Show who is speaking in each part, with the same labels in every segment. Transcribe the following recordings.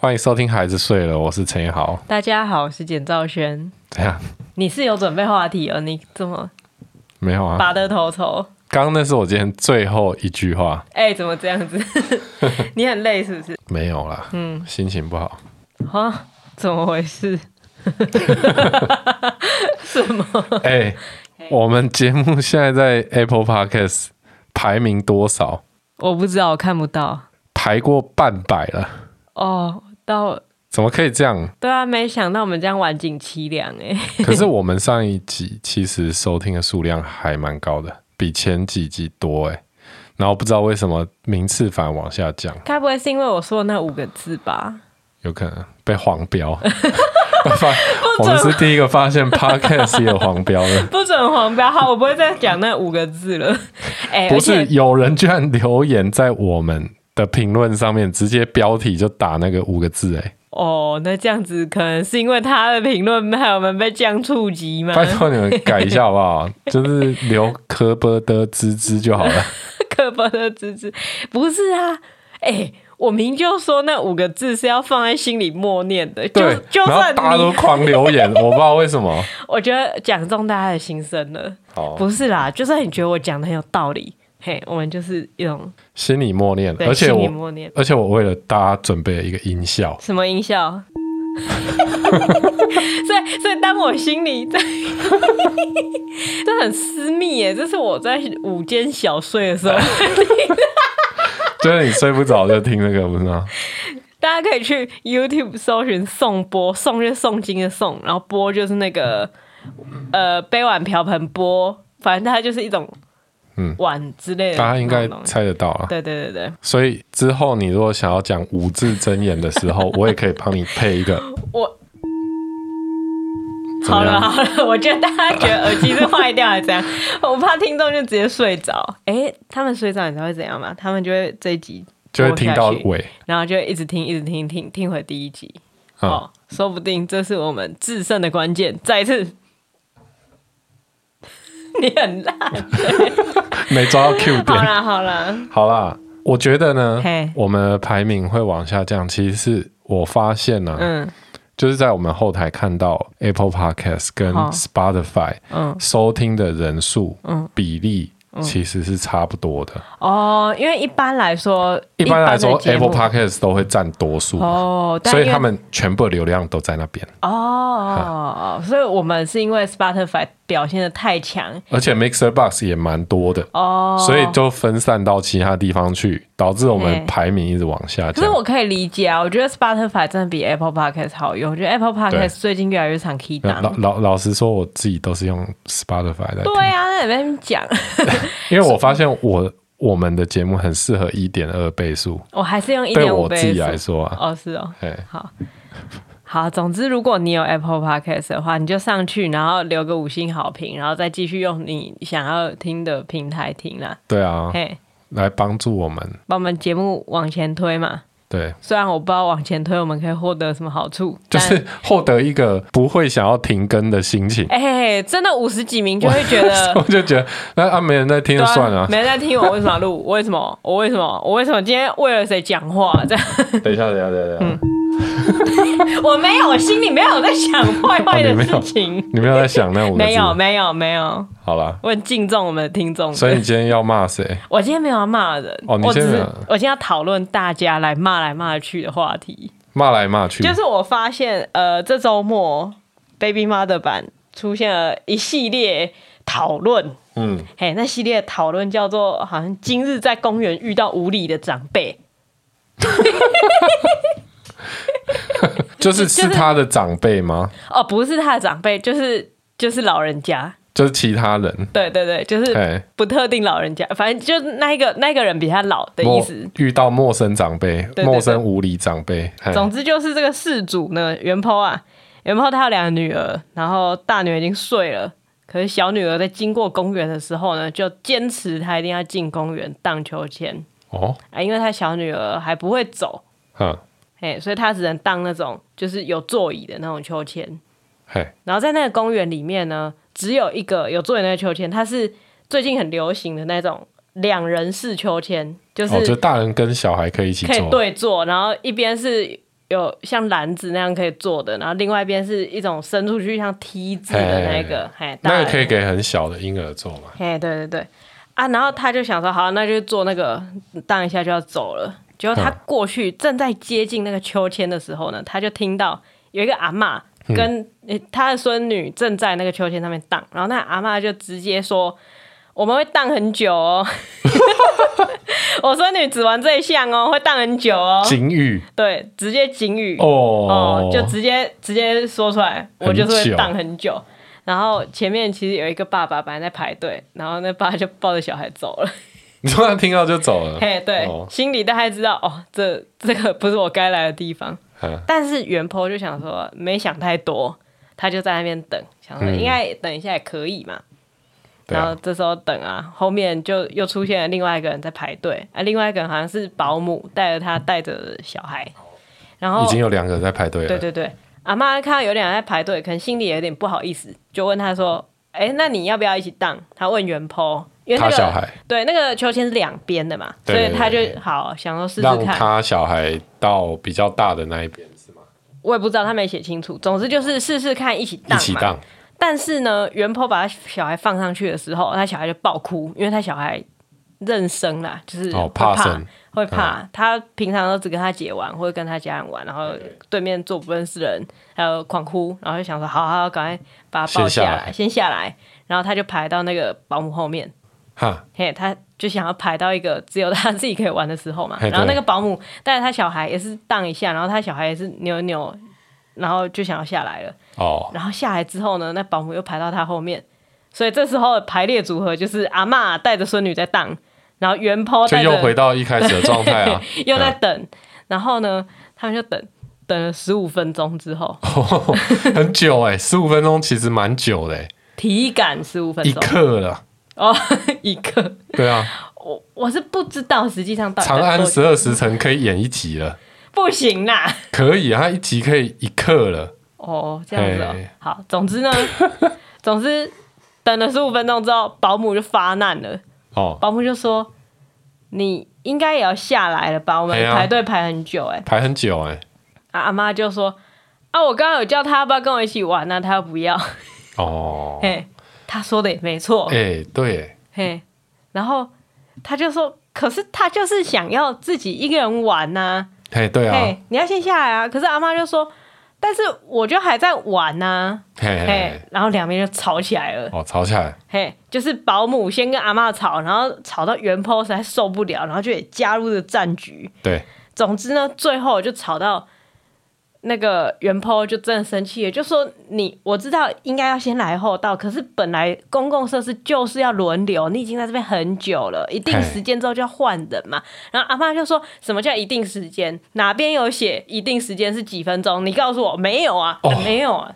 Speaker 1: 欢迎收听《孩子睡了》，我是陈彦豪。
Speaker 2: 大家好，我是简兆轩。
Speaker 1: 怎样？
Speaker 2: 你是有准备话题哦？你怎么
Speaker 1: 没有啊？
Speaker 2: 拔得头筹？
Speaker 1: 刚刚那是我今天最后一句话，
Speaker 2: 哎、怎么这样子？ 你很累是不是？
Speaker 1: 没有啦。嗯，心情不 好。
Speaker 2: 啊，怎么回事？什么？
Speaker 1: 哎、我们节目现在在 Apple Podcast 排名多少？
Speaker 2: 我不知道，我看不到。
Speaker 1: 排过半百了，
Speaker 2: 哦，到？
Speaker 1: 怎么可以这 样
Speaker 2: 对啊，没想到我们这样晚景凄凉哎、
Speaker 1: 可是我们上一集其实收听的数量还蛮高的，比前几集多哎、然后不知道为什么名次反而往下降，
Speaker 2: 该不会是因为我说那五个字吧？
Speaker 1: 有可能被黄标。发 我们是第一个发现 Podcast 也有黄标的。
Speaker 2: 不准黄标，好，我不会再讲那五个字了。 哎、
Speaker 1: 不
Speaker 2: 而
Speaker 1: 是
Speaker 2: 且
Speaker 1: 有人居然留言在我们的评论上面，直接标题就打那个五个字、欸，
Speaker 2: 哦，那这样子可能是因为他的评论害我们被这样触及吗？
Speaker 1: 拜托你们改一下好不 好？就是留科波的滋滋就好了。
Speaker 2: 刻薄的侄子，不是啊，哎、我明就说那五个字是要放在心里默念的，就
Speaker 1: 对，
Speaker 2: 就
Speaker 1: 然后
Speaker 2: 算
Speaker 1: 大家都
Speaker 2: 你，
Speaker 1: 狂留言，我不知道为什么。
Speaker 2: 我觉得讲中大家的心声了，
Speaker 1: 好，
Speaker 2: 不是啦，就算你觉得我讲的很有道理，嘿，我们就是一种
Speaker 1: 心里默念，
Speaker 2: 对
Speaker 1: 而且
Speaker 2: 心里
Speaker 1: 我，
Speaker 2: 默念。
Speaker 1: 而且我为了大家准备了一个音效，
Speaker 2: 什么音效？ 所以，所以当我心里在， 这很私密耶，这是我在午间小睡的时候，
Speaker 1: 就是你睡不着就听那个，不是吗？
Speaker 2: 大家可以去 YouTube 搜寻“宋波”，宋就是诵经的宋，然后波就是那个呃杯碗瓢盆钵，反正它就是一种
Speaker 1: 嗯
Speaker 2: 碗之类的
Speaker 1: 大家应该
Speaker 2: 那种东西
Speaker 1: 猜得到啊。
Speaker 2: 对对对对，
Speaker 1: 所以之后你如果想要讲五字真言的时 候，我也可以帮你配一个。
Speaker 2: 我
Speaker 1: 怎
Speaker 2: 好
Speaker 1: 么样
Speaker 2: 了好了，我觉得大家觉得耳机是坏掉还是怎样， 我怕听众就直接睡着。诶，他们睡着你知道会怎样吗？他们就会这一集
Speaker 1: 就会听到
Speaker 2: 播下去
Speaker 1: 尾。
Speaker 2: 然后就一直听，一直听，听听回第一集。
Speaker 1: 嗯
Speaker 2: 哦，说不定这是我们制胜的关键。再一次， 你很烂。
Speaker 1: 没抓到 Q
Speaker 2: 好
Speaker 1: 点。
Speaker 2: 啦好啦，
Speaker 1: 好啦，我觉得呢
Speaker 2: 嘿，
Speaker 1: 我们的排名会往下降，其实是我发现呢、
Speaker 2: 嗯
Speaker 1: 就是在我们后台看到 Apple Podcast 跟
Speaker 2: 好
Speaker 1: Spotify
Speaker 2: 嗯，
Speaker 1: 收听的人数、
Speaker 2: 嗯
Speaker 1: 比例其实是差不多的。
Speaker 2: 哦，因为一般来说，
Speaker 1: 一般来说
Speaker 2: 的节目
Speaker 1: ，Apple Podcast 都会占多数。啊
Speaker 2: 哦，但
Speaker 1: 所以
Speaker 2: 因为
Speaker 1: 他们全部的流量都在那边，啊
Speaker 2: 哦，所以我们是因为 Spotify 表现的太强
Speaker 1: 而且 Mixer Box 也蛮多的，
Speaker 2: 哦，
Speaker 1: 所以就分散到其他地方去，导致我们
Speaker 2: 嘿
Speaker 1: 排名一直往下
Speaker 2: 可是
Speaker 1: 降。
Speaker 2: 我可以理解啊，我觉得 Spotify 真的比 Apple Podcast 好用，我觉得 Apple
Speaker 1: 对
Speaker 2: Podcast 最近越来越常 key
Speaker 1: 那
Speaker 2: down
Speaker 1: 老。老老实说，我自己都是用 Spotify 来听。
Speaker 2: 对啊，那你在那边 讲，
Speaker 1: 因为我发现我我们的节目很适合一点二倍速，
Speaker 2: 我还是用一
Speaker 1: 对
Speaker 2: 点五
Speaker 1: 我自
Speaker 2: 倍
Speaker 1: 己来
Speaker 2: 速。
Speaker 1: 说啊，
Speaker 2: 哦，是哦，
Speaker 1: 哎，
Speaker 2: 好。好，总之，如果你有 Apple Podcast 的话，你就上去，然后留个五星好评，然后再继续用你想要听的平台听啦。
Speaker 1: 对啊，
Speaker 2: 嘿，
Speaker 1: 来帮助我们，
Speaker 2: 把我们节目往前推嘛。
Speaker 1: 对，
Speaker 2: 虽然我不知道往前推我们可以获得什么好处，
Speaker 1: 就
Speaker 2: 但
Speaker 1: 是获得一个不会想要停更的心情。
Speaker 2: 哎、真的五十几名就会觉得
Speaker 1: 我就觉得那啊，没人在听就
Speaker 2: 呃对啊
Speaker 1: 算了。
Speaker 2: 没人在听我为什么要录？我为什么？我为什么？我为什么今天为了谁讲话？这 样
Speaker 1: 等一下，等一下，等一下，
Speaker 2: 嗯我没有，我心里没有在想坏坏
Speaker 1: 哦你
Speaker 2: 的
Speaker 1: 没有
Speaker 2: 事情，
Speaker 1: 你没有在想那五个字？
Speaker 2: 没有，没有，没有。
Speaker 1: 好啦，
Speaker 2: 我很敬重我们的听众的，
Speaker 1: 所以你今天要骂 谁？
Speaker 2: 我今天没有要骂人，
Speaker 1: 哦你
Speaker 2: 我
Speaker 1: 今
Speaker 2: 只
Speaker 1: 天没有
Speaker 2: 是我今天要讨论大家来骂来骂去的话题。
Speaker 1: 骂来骂去，
Speaker 2: 就是我发现，呃，这周末 Baby Mother 版出现了一系列讨论，
Speaker 1: 嗯，
Speaker 2: 嘿，那系列讨论叫做好像今日在公园遇到无理的长辈，
Speaker 1: 就是是他的长辈吗？
Speaker 2: 哦，不是他的长辈，就是就是老人家，
Speaker 1: 就是其他人，
Speaker 2: 对对对，就是
Speaker 1: 哎，
Speaker 2: 不特定老人家，反正就是那一个那一个人比他老的意
Speaker 1: 陌
Speaker 2: 思。
Speaker 1: 遇到陌生长辈，
Speaker 2: 对
Speaker 1: 陌生无理长辈，嘿
Speaker 2: 总之就是这个事主呢，袁坡啊，袁坡他有两个女儿，然后大女儿已经睡了，可是小女儿在经过公园的时候呢，就坚持她一定要进公园荡秋千
Speaker 1: 哦，
Speaker 2: 啊，因为她小女儿还不会走，
Speaker 1: 嗯，
Speaker 2: 哎，所以她只能荡那种就是有座椅的那种秋千。
Speaker 1: 嘿，
Speaker 2: 然后在那个公园里面呢，只有一个有座椅的那个秋千，它是最近很流行的那种两人式秋千，就是、
Speaker 1: 哦哦，就大人跟小孩可以一起
Speaker 2: 可以
Speaker 1: 做，
Speaker 2: 对坐，然后一边是有像篮子那样可以坐的，然后另外一边是一种伸出去像梯子的那个，嘿，大
Speaker 1: 那
Speaker 2: 人
Speaker 1: 个可以给很小的婴儿坐嘛？
Speaker 2: 嘿，对对对，啊，然后他就想说，好，那就坐那个，荡一下就要走了。结果他
Speaker 1: 嗯
Speaker 2: 过去正在接近那个秋千的时候呢，他就听到有一个阿嬷跟
Speaker 1: 嗯
Speaker 2: 呃他的孙女正在那个秋千上面荡，然后那阿嬷就直接说：“我们会荡很久哦， 我孙女只玩这一项哦，会荡很久哦。
Speaker 1: 金玉”
Speaker 2: 对，直接警语
Speaker 1: 哦
Speaker 2: 哦，，就直接直接说出来，
Speaker 1: 很
Speaker 2: 我就是
Speaker 1: 久
Speaker 2: 会荡很久。然后前面其实有一个爸爸本来在排队，然后那爸就抱着小孩走了。
Speaker 1: 哦 你突然听到就走了。
Speaker 2: 嘿，对，
Speaker 1: 哦
Speaker 2: 心里大概知道哦，这这个不是我该来的地方。
Speaker 1: 嗯
Speaker 2: 但是袁坡就想说，没想太多，他就在那边等，想说
Speaker 1: 嗯
Speaker 2: 应该等一下也可以嘛。
Speaker 1: 对
Speaker 2: 然后
Speaker 1: 啊，
Speaker 2: 这时候等啊，后面就又出现了另外一个人在排队，啊，另外一个人好像是保姆带着他带着小孩，然后
Speaker 1: 已经有两个人在排队了。
Speaker 2: 对对对，阿妈看到有两个人在排队，可能心里也有点不好意思，就问他说：“哎、那你要不要一起荡？”他问袁坡，因为那
Speaker 1: 他
Speaker 2: 个
Speaker 1: 小孩
Speaker 2: 对那个秋千是两边的嘛，
Speaker 1: 对对对
Speaker 2: 所以
Speaker 1: 对
Speaker 2: 他就好想说试
Speaker 1: 让
Speaker 2: 试看。
Speaker 1: 他小孩到比较大的那一边是吗？
Speaker 2: 我也不知道他没写清楚，总之就是试试看一起荡
Speaker 1: 一
Speaker 2: 嘛。
Speaker 1: 起荡，
Speaker 2: 但是呢，袁坡把他小孩放上去的时候，他小孩就爆哭，因为他小孩认生啦，就是
Speaker 1: 哦
Speaker 2: 会
Speaker 1: 怕
Speaker 2: 怕，
Speaker 1: 生
Speaker 2: 会怕。
Speaker 1: 嗯
Speaker 2: 他平常都只跟他姐玩，或者跟他家人玩，然后对面坐不认识人，还有狂哭，然后就想说，好好好，赶快把他抱
Speaker 1: 先下
Speaker 2: 下
Speaker 1: 来
Speaker 2: 来，先下来。然后他就排到那个保姆后面，
Speaker 1: 哈，
Speaker 2: 嘿，他就想要排到一个只有他自己可以玩的时候嘛。
Speaker 1: 嘿对
Speaker 2: 然后那个保姆带着他小孩也是荡一下，然后他小孩也是扭一扭，然后就想要下来了。
Speaker 1: 哦，
Speaker 2: 然后下来之后呢，那保姆又排到他后面，所以这时候的排列组合就是阿嬷带着孙女在荡，然后袁抛
Speaker 1: 就
Speaker 2: 带着，
Speaker 1: 又回到一开始的状态啊
Speaker 2: 又在
Speaker 1: 嗯
Speaker 2: 等，然后呢，他们就等等了十五分钟之后，
Speaker 1: 很久哎，十五分钟其实蛮久的欸，
Speaker 2: 体感十五分
Speaker 1: 一
Speaker 2: 钟
Speaker 1: 刻了。
Speaker 2: 哦， 一刻，
Speaker 1: 对啊，
Speaker 2: 我我是不知道实际上到底在
Speaker 1: 长安
Speaker 2: 做
Speaker 1: 十二时辰可以演一集了，
Speaker 2: 不行啦。
Speaker 1: 可以啊，它一集可以一刻了。
Speaker 2: 哦，这样子哦
Speaker 1: 嘿。
Speaker 2: 好，总之呢， 总之等了十五分钟之后，保姆就发难了。
Speaker 1: 哦，
Speaker 2: 保姆就说：“你应该也要下来了吧？我们
Speaker 1: 哎呀
Speaker 2: 排队排很久、欸，哎、
Speaker 1: 排很久哎，
Speaker 2: 啊，阿妈就说：“啊，我刚刚有叫他要不要跟我一起玩呢、啊，他又不要。
Speaker 1: 哦，
Speaker 2: 嘿，他说的也没错，
Speaker 1: 哎，对欸，
Speaker 2: 嘿，然后他就说：“可是他就是想要自己一个人玩呐、
Speaker 1: 嘿，对
Speaker 2: 啊，
Speaker 1: 啊，
Speaker 2: 嘿，你要先下来啊。”可是阿妈就说：“但是我就还在玩呐、
Speaker 1: 嘿
Speaker 2: 啊。”
Speaker 1: 嘿
Speaker 2: 嘿
Speaker 1: 嘿，，
Speaker 2: 然后两边就吵起来了。
Speaker 1: 哦，吵起来，
Speaker 2: 嘿，就是保姆先跟阿妈吵，然后吵到原 p o 实在受不了，然后就也加入了战局。
Speaker 1: 对，
Speaker 2: 总之呢，最后就吵到那个原 p o 就真的生气了，就说你我知道应该要先来后到，可是本来公共设施就是要轮流，你已经在这边很久了，一定
Speaker 1: 嘿
Speaker 2: 时间之后就要换人嘛。然后阿妈就说什么叫一定时间？哪边有写一定时间是几分钟？你告诉我没有啊？
Speaker 1: 哦
Speaker 2: 没有啊？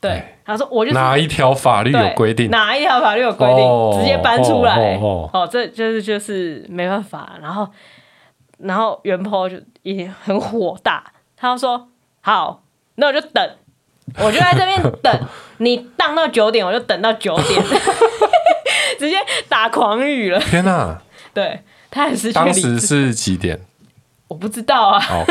Speaker 2: 对
Speaker 1: 哎，
Speaker 2: 他说我就是
Speaker 1: 哪一条法律
Speaker 2: 对
Speaker 1: 有规定？
Speaker 2: 哪一条法律有规定，
Speaker 1: 哦
Speaker 2: 直接搬出来。哦
Speaker 1: 哦
Speaker 2: 这就是就是没办法。然后，然后袁坡就也很火大，他就说：“好，那我就等，我就在这边 等你荡到九点，我就等到九点。”直接打狂语了，
Speaker 1: 天哪、
Speaker 2: 对他很失去理
Speaker 1: 当时
Speaker 2: 智。
Speaker 1: 是几点？
Speaker 2: 我不知道啊，
Speaker 1: 哦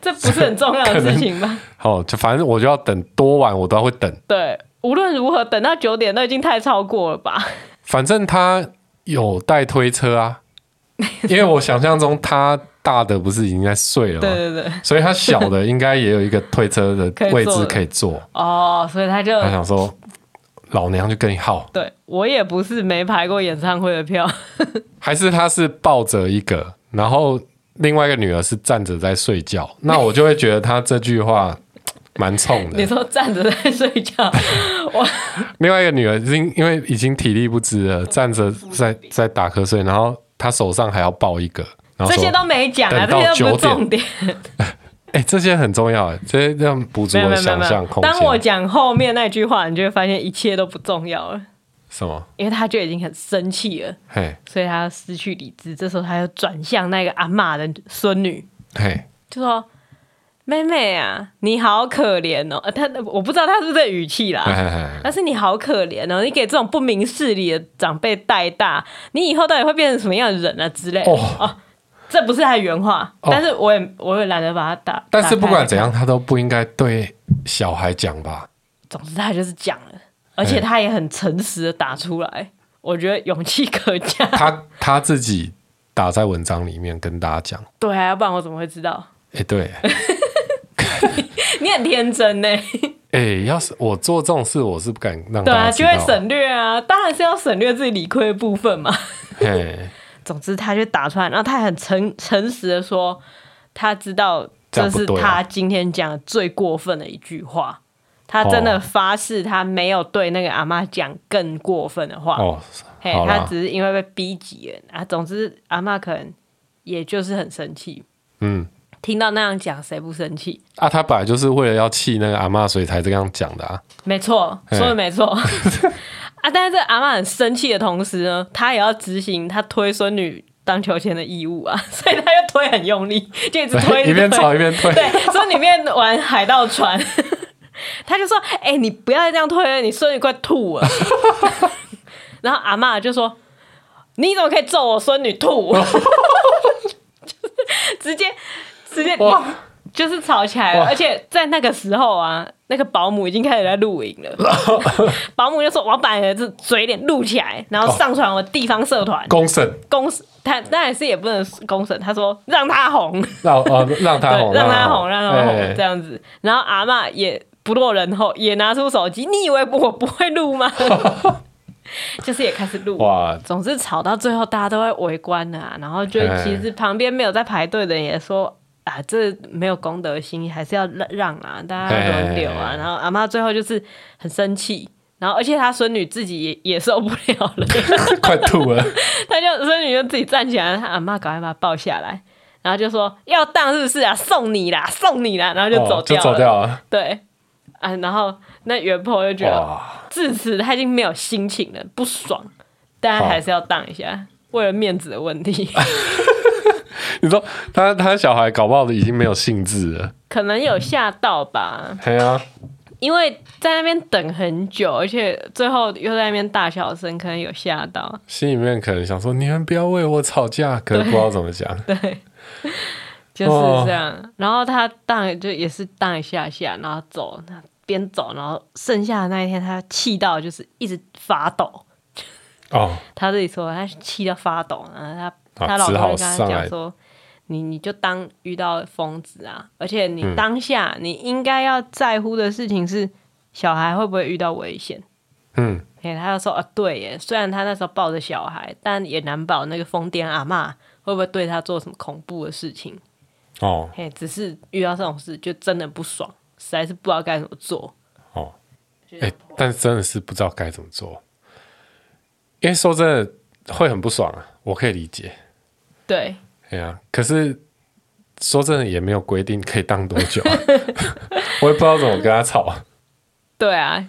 Speaker 2: 这不是很重要的事情 吗？
Speaker 1: 哦，就反正我就要等多晚，我都会等。
Speaker 2: 对，无论如何等到九点，那已经太超过了吧？
Speaker 1: 反正他有带推车 啊，因为我想象中他大的不是已经在睡了
Speaker 2: 对
Speaker 1: 吗？
Speaker 2: 对对，
Speaker 1: 所以他小的应该也有一个推车的
Speaker 2: 可
Speaker 1: 位
Speaker 2: 以坐
Speaker 1: 置
Speaker 2: 的
Speaker 1: 可以坐。
Speaker 2: 哦，所以他就
Speaker 1: 他想说，老娘就跟你耗，
Speaker 2: 对我也不是没排过演唱会的票，
Speaker 1: 还是他是抱着一个，然后另外一个女儿是站着在睡觉，那我就会觉得他这句话蛮冲的。
Speaker 2: 你说站着在睡 觉，我
Speaker 1: 另外一个女儿已经因为已经体力不支了，站着在在打瞌睡，然后她手上还要抱一个，然后
Speaker 2: 这
Speaker 1: 说
Speaker 2: 些都没讲啊，
Speaker 1: 等
Speaker 2: 这
Speaker 1: 到
Speaker 2: 些都不
Speaker 1: 9
Speaker 2: 是
Speaker 1: 点
Speaker 2: 重点。
Speaker 1: 哎、这些很重要，哎，这些让补足
Speaker 2: 没
Speaker 1: 我
Speaker 2: 有没有没有
Speaker 1: 想
Speaker 2: 没
Speaker 1: 象
Speaker 2: 有，
Speaker 1: 空间。
Speaker 2: 当我讲后面那句话，你就会发现一切都不重要了，
Speaker 1: 什么？
Speaker 2: 因为他就已经很生气了，
Speaker 1: 嘿
Speaker 2: 所以他失去理智。这时候他又转向那个阿嬷的孙女，
Speaker 1: 嘿，
Speaker 2: 就说：“妹妹啊，你好可怜哦。呃”他我不知道他是不是这语 气啦，
Speaker 1: 嘿嘿嘿，
Speaker 2: 但是你好可怜哦，你给这种不明事理的长辈带大，你以后到底会变成什么样的人啊之类的
Speaker 1: 哦
Speaker 2: 哦这不是他的原话，
Speaker 1: 哦
Speaker 2: 但是我也我也懒得把它打。
Speaker 1: 但是
Speaker 2: 打开
Speaker 1: 不管怎样，他都不应该对小孩讲吧？
Speaker 2: 总之他就是讲了，而且
Speaker 1: 哎
Speaker 2: 他也很诚实的打出来，我觉得勇气可嘉。
Speaker 1: 他他自己打在文章里面跟大家讲，
Speaker 2: 对啊，要不然我怎么会知道？
Speaker 1: 哎、对，嗯
Speaker 2: 你很天真呢。
Speaker 1: 哎、要是我做这种事，我是不敢让
Speaker 2: 对
Speaker 1: 大家
Speaker 2: 啊，
Speaker 1: 知
Speaker 2: 就
Speaker 1: 道。
Speaker 2: 会省略啊，当然是要省略自己理亏的部分嘛。
Speaker 1: 嘿，
Speaker 2: 总之他就打出来，然后他很诚诚实的说，他知道
Speaker 1: 这
Speaker 2: 这
Speaker 1: 样不
Speaker 2: 是
Speaker 1: 对啊
Speaker 2: 他今天讲的最过分的一句话。他真的
Speaker 1: 哦
Speaker 2: 发誓，他没有对那个阿妈讲更过分的话。
Speaker 1: 哦，
Speaker 2: 嘿
Speaker 1: 好，
Speaker 2: 他
Speaker 1: 啦，
Speaker 2: 只是因为被逼急了啊。总之，阿嬷可能也就是很生气，
Speaker 1: 嗯，
Speaker 2: 听到那样讲，谁不生气？
Speaker 1: 啊，他本来就是为了要气那个阿嬷，所以才这样讲的啊。
Speaker 2: 没错，
Speaker 1: 嘿
Speaker 2: 说 的没错啊。但是这个阿嬷很生气的同时呢，她也要执行她推孙女荡秋千的义务啊， 所以她就推很用力，就一直推，
Speaker 1: 一边
Speaker 2: 直推
Speaker 1: 吵一边推，
Speaker 2: 对，说里面玩海盗船， 他就说：“哎、你不要这样推了，你孙女快 吐了。”然后阿嬷就说：“你怎么可以揍我孙女吐？” 就是直接直接
Speaker 1: 哇
Speaker 2: 就是吵起来了，
Speaker 1: 哇
Speaker 2: 而且在那个时候啊，那个保姆已经开始在录影 了。保姆就说：“我要把你的这嘴脸录起来，然后上传我地方社团
Speaker 1: 公审
Speaker 2: 公审。”他当然是也不能公审，他说让他红。
Speaker 1: 让哦让他
Speaker 2: 对，
Speaker 1: 红，
Speaker 2: 让他红，让他
Speaker 1: 哎
Speaker 2: 红，这样子。然后阿嬷也不落人后，也拿出手机。你以为我不会 录吗？就是也开始录。
Speaker 1: 哇，
Speaker 2: 总之吵到最后，大家都会围观啊。然后就
Speaker 1: 哎
Speaker 2: 其实旁边没有在排队的人也说。啊，这没有公德心，还是要让让啊，大家轮流啊。
Speaker 1: 哎
Speaker 2: 然后阿嬷最后就是很生气，然后而且她孙女自己也也受不了 了，
Speaker 1: 快吐了，
Speaker 2: 他就所以你就自己站起来，他阿妈赶快把他抱下来，然后就说要当是不是啊？送你啦，送你啦，然 后就走
Speaker 1: 哦就
Speaker 2: 掉了。
Speaker 1: 走掉了，
Speaker 2: 对，啊，然后那袁婆就觉得
Speaker 1: 哇，
Speaker 2: 自此他已经没有心情了，不爽，但他还是要当一下，为了面子的问题，
Speaker 1: 你说他他小孩搞不好已经没有兴致了，
Speaker 2: 可能有吓到吧，
Speaker 1: 嘿啊，
Speaker 2: 因为在那边等很久，而且最后又在那边大小声，可能有吓到。
Speaker 1: 心里面可能想说你们不要为我吵架，可是不知道怎么讲，
Speaker 2: 对，就是这样。然后他荡就也是荡一下下，然后走，那边走，然后剩下的那一天，他气到就是一直发抖。
Speaker 1: 哦，
Speaker 2: 他自己说他气到发抖，然后他
Speaker 1: 啊
Speaker 2: 他老公
Speaker 1: 只好
Speaker 2: 就跟他
Speaker 1: 上来
Speaker 2: 讲说：“你你就当遇到疯子啊，而且
Speaker 1: 嗯
Speaker 2: 你当下你应该要在乎的事情是小孩会不会遇到危险。”
Speaker 1: 嗯，
Speaker 2: 哎，他就说啊，对耶，虽然他那时候抱着小孩，但也难保那个疯癫阿嬷会不会对他做什么恐怖的事情。
Speaker 1: 哦
Speaker 2: 嘿，只是遇到这种事就真的不爽，实在是不知道该怎么做。
Speaker 1: 哦，哎、但真的是不知道该怎么做，因为说真的会很不爽啊，我可以理解，
Speaker 2: 对，
Speaker 1: 哎呀、可是说真的也没有规定可以当多久、 啊，我也不知道怎么跟他吵。
Speaker 2: 对啊，